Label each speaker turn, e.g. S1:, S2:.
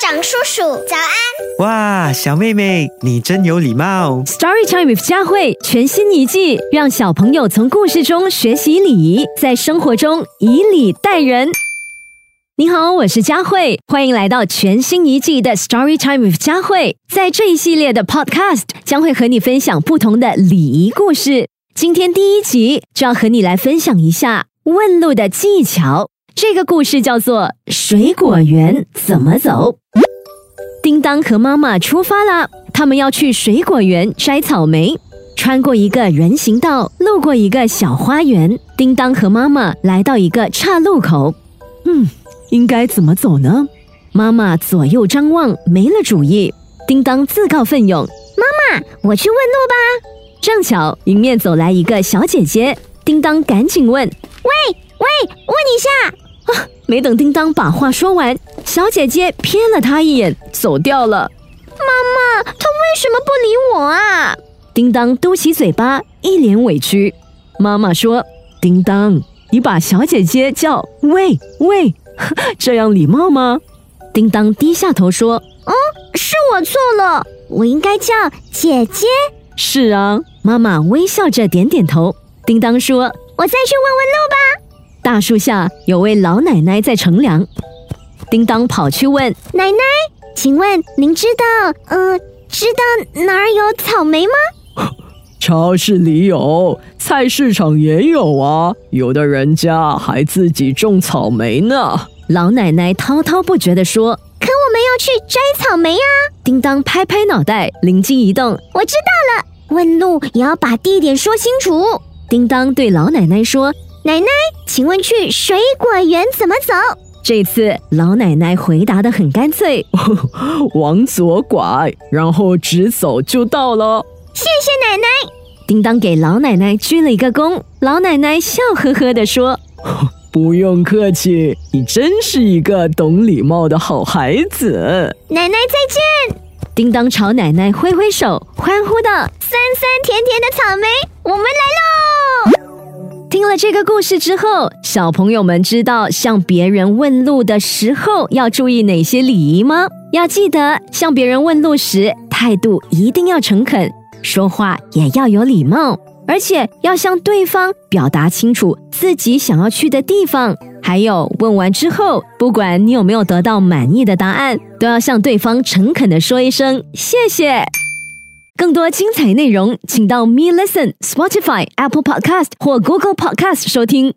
S1: 长叔叔，早安！
S2: 哇，小妹妹，你真有礼貌。
S3: Story Time with 佳慧全新一季，让小朋友从故事中学习礼仪，在生活中以礼待人。你好，我是佳慧，欢迎来到全新一季的 Story Time with 佳慧。在这一系列的 Podcast，将会和你分享不同的礼仪故事。今天第一集就要和你来分享一下问路的技巧。这个故事叫做《水果园怎么走》。叮当和妈妈出发啦，他们要去水果园摘草莓。穿过一个人行道，路过一个小花园，叮当和妈妈来到一个岔路口。嗯，应该怎么走呢？妈妈左右张望，没了主意。叮当自告奋勇：“妈妈，我去问路吧。”正巧迎面走来一个小姐姐，叮当赶紧问：“
S1: 喂，问一下，
S3: 没等叮当把话说完，小姐姐瞥了他一眼，走掉了。
S1: 妈，他为什么不理我啊？
S3: 叮当嘟起嘴巴，一脸委屈。妈妈说：“叮当，你把小姐姐叫喂喂， 这样礼貌吗？”叮当低下头说
S1: 哦是我错了，我应该叫姐姐。：“
S3: 是啊。”妈妈微笑着点点头。叮当说
S1: 我再去问问路吧。：“
S3: 大树下有位老奶奶在乘凉。”叮当跑去问
S1: 奶奶，请问您知道，呃，知道哪儿有草莓吗？
S4: 超市里有，菜市场也有啊，有的人家还自己种草莓呢。
S3: 老奶奶，滔滔不绝地说
S1: 可我们要去摘草莓啊！：“
S3: 叮当，拍拍脑袋，灵机一动，
S1: 我知道了，问路也要把地点说清楚。
S3: 叮当对老奶奶说
S1: 奶奶，请问去水果园怎么走？：“
S3: 这次老奶奶回答的很干脆。
S4: 往左拐，然后直走就到了。
S1: 谢谢奶奶。”
S3: 叮当给老奶奶鞠了一个躬，老奶奶笑呵呵地说
S4: 不用客气，你真是一个懂礼貌的好孩子。
S1: 奶奶再见。：“
S3: 叮当朝奶奶挥挥手，欢呼道
S1: 酸酸甜甜的草莓，我们来喽！：‘
S3: 听了这个故事之后，小朋友们知道向别人问路的时候要注意哪些礼仪吗？要记得向别人问路时，态度一定要诚恳，说话也要有礼貌，而且要向对方表达清楚自己想要去的地方。还有，问完之后，不管你有没有得到满意的答案，都要向对方诚恳的说一声谢谢。更多精彩内容，请到 Me Listen、Spotify、Apple Podcast 或 Google Podcast 收听。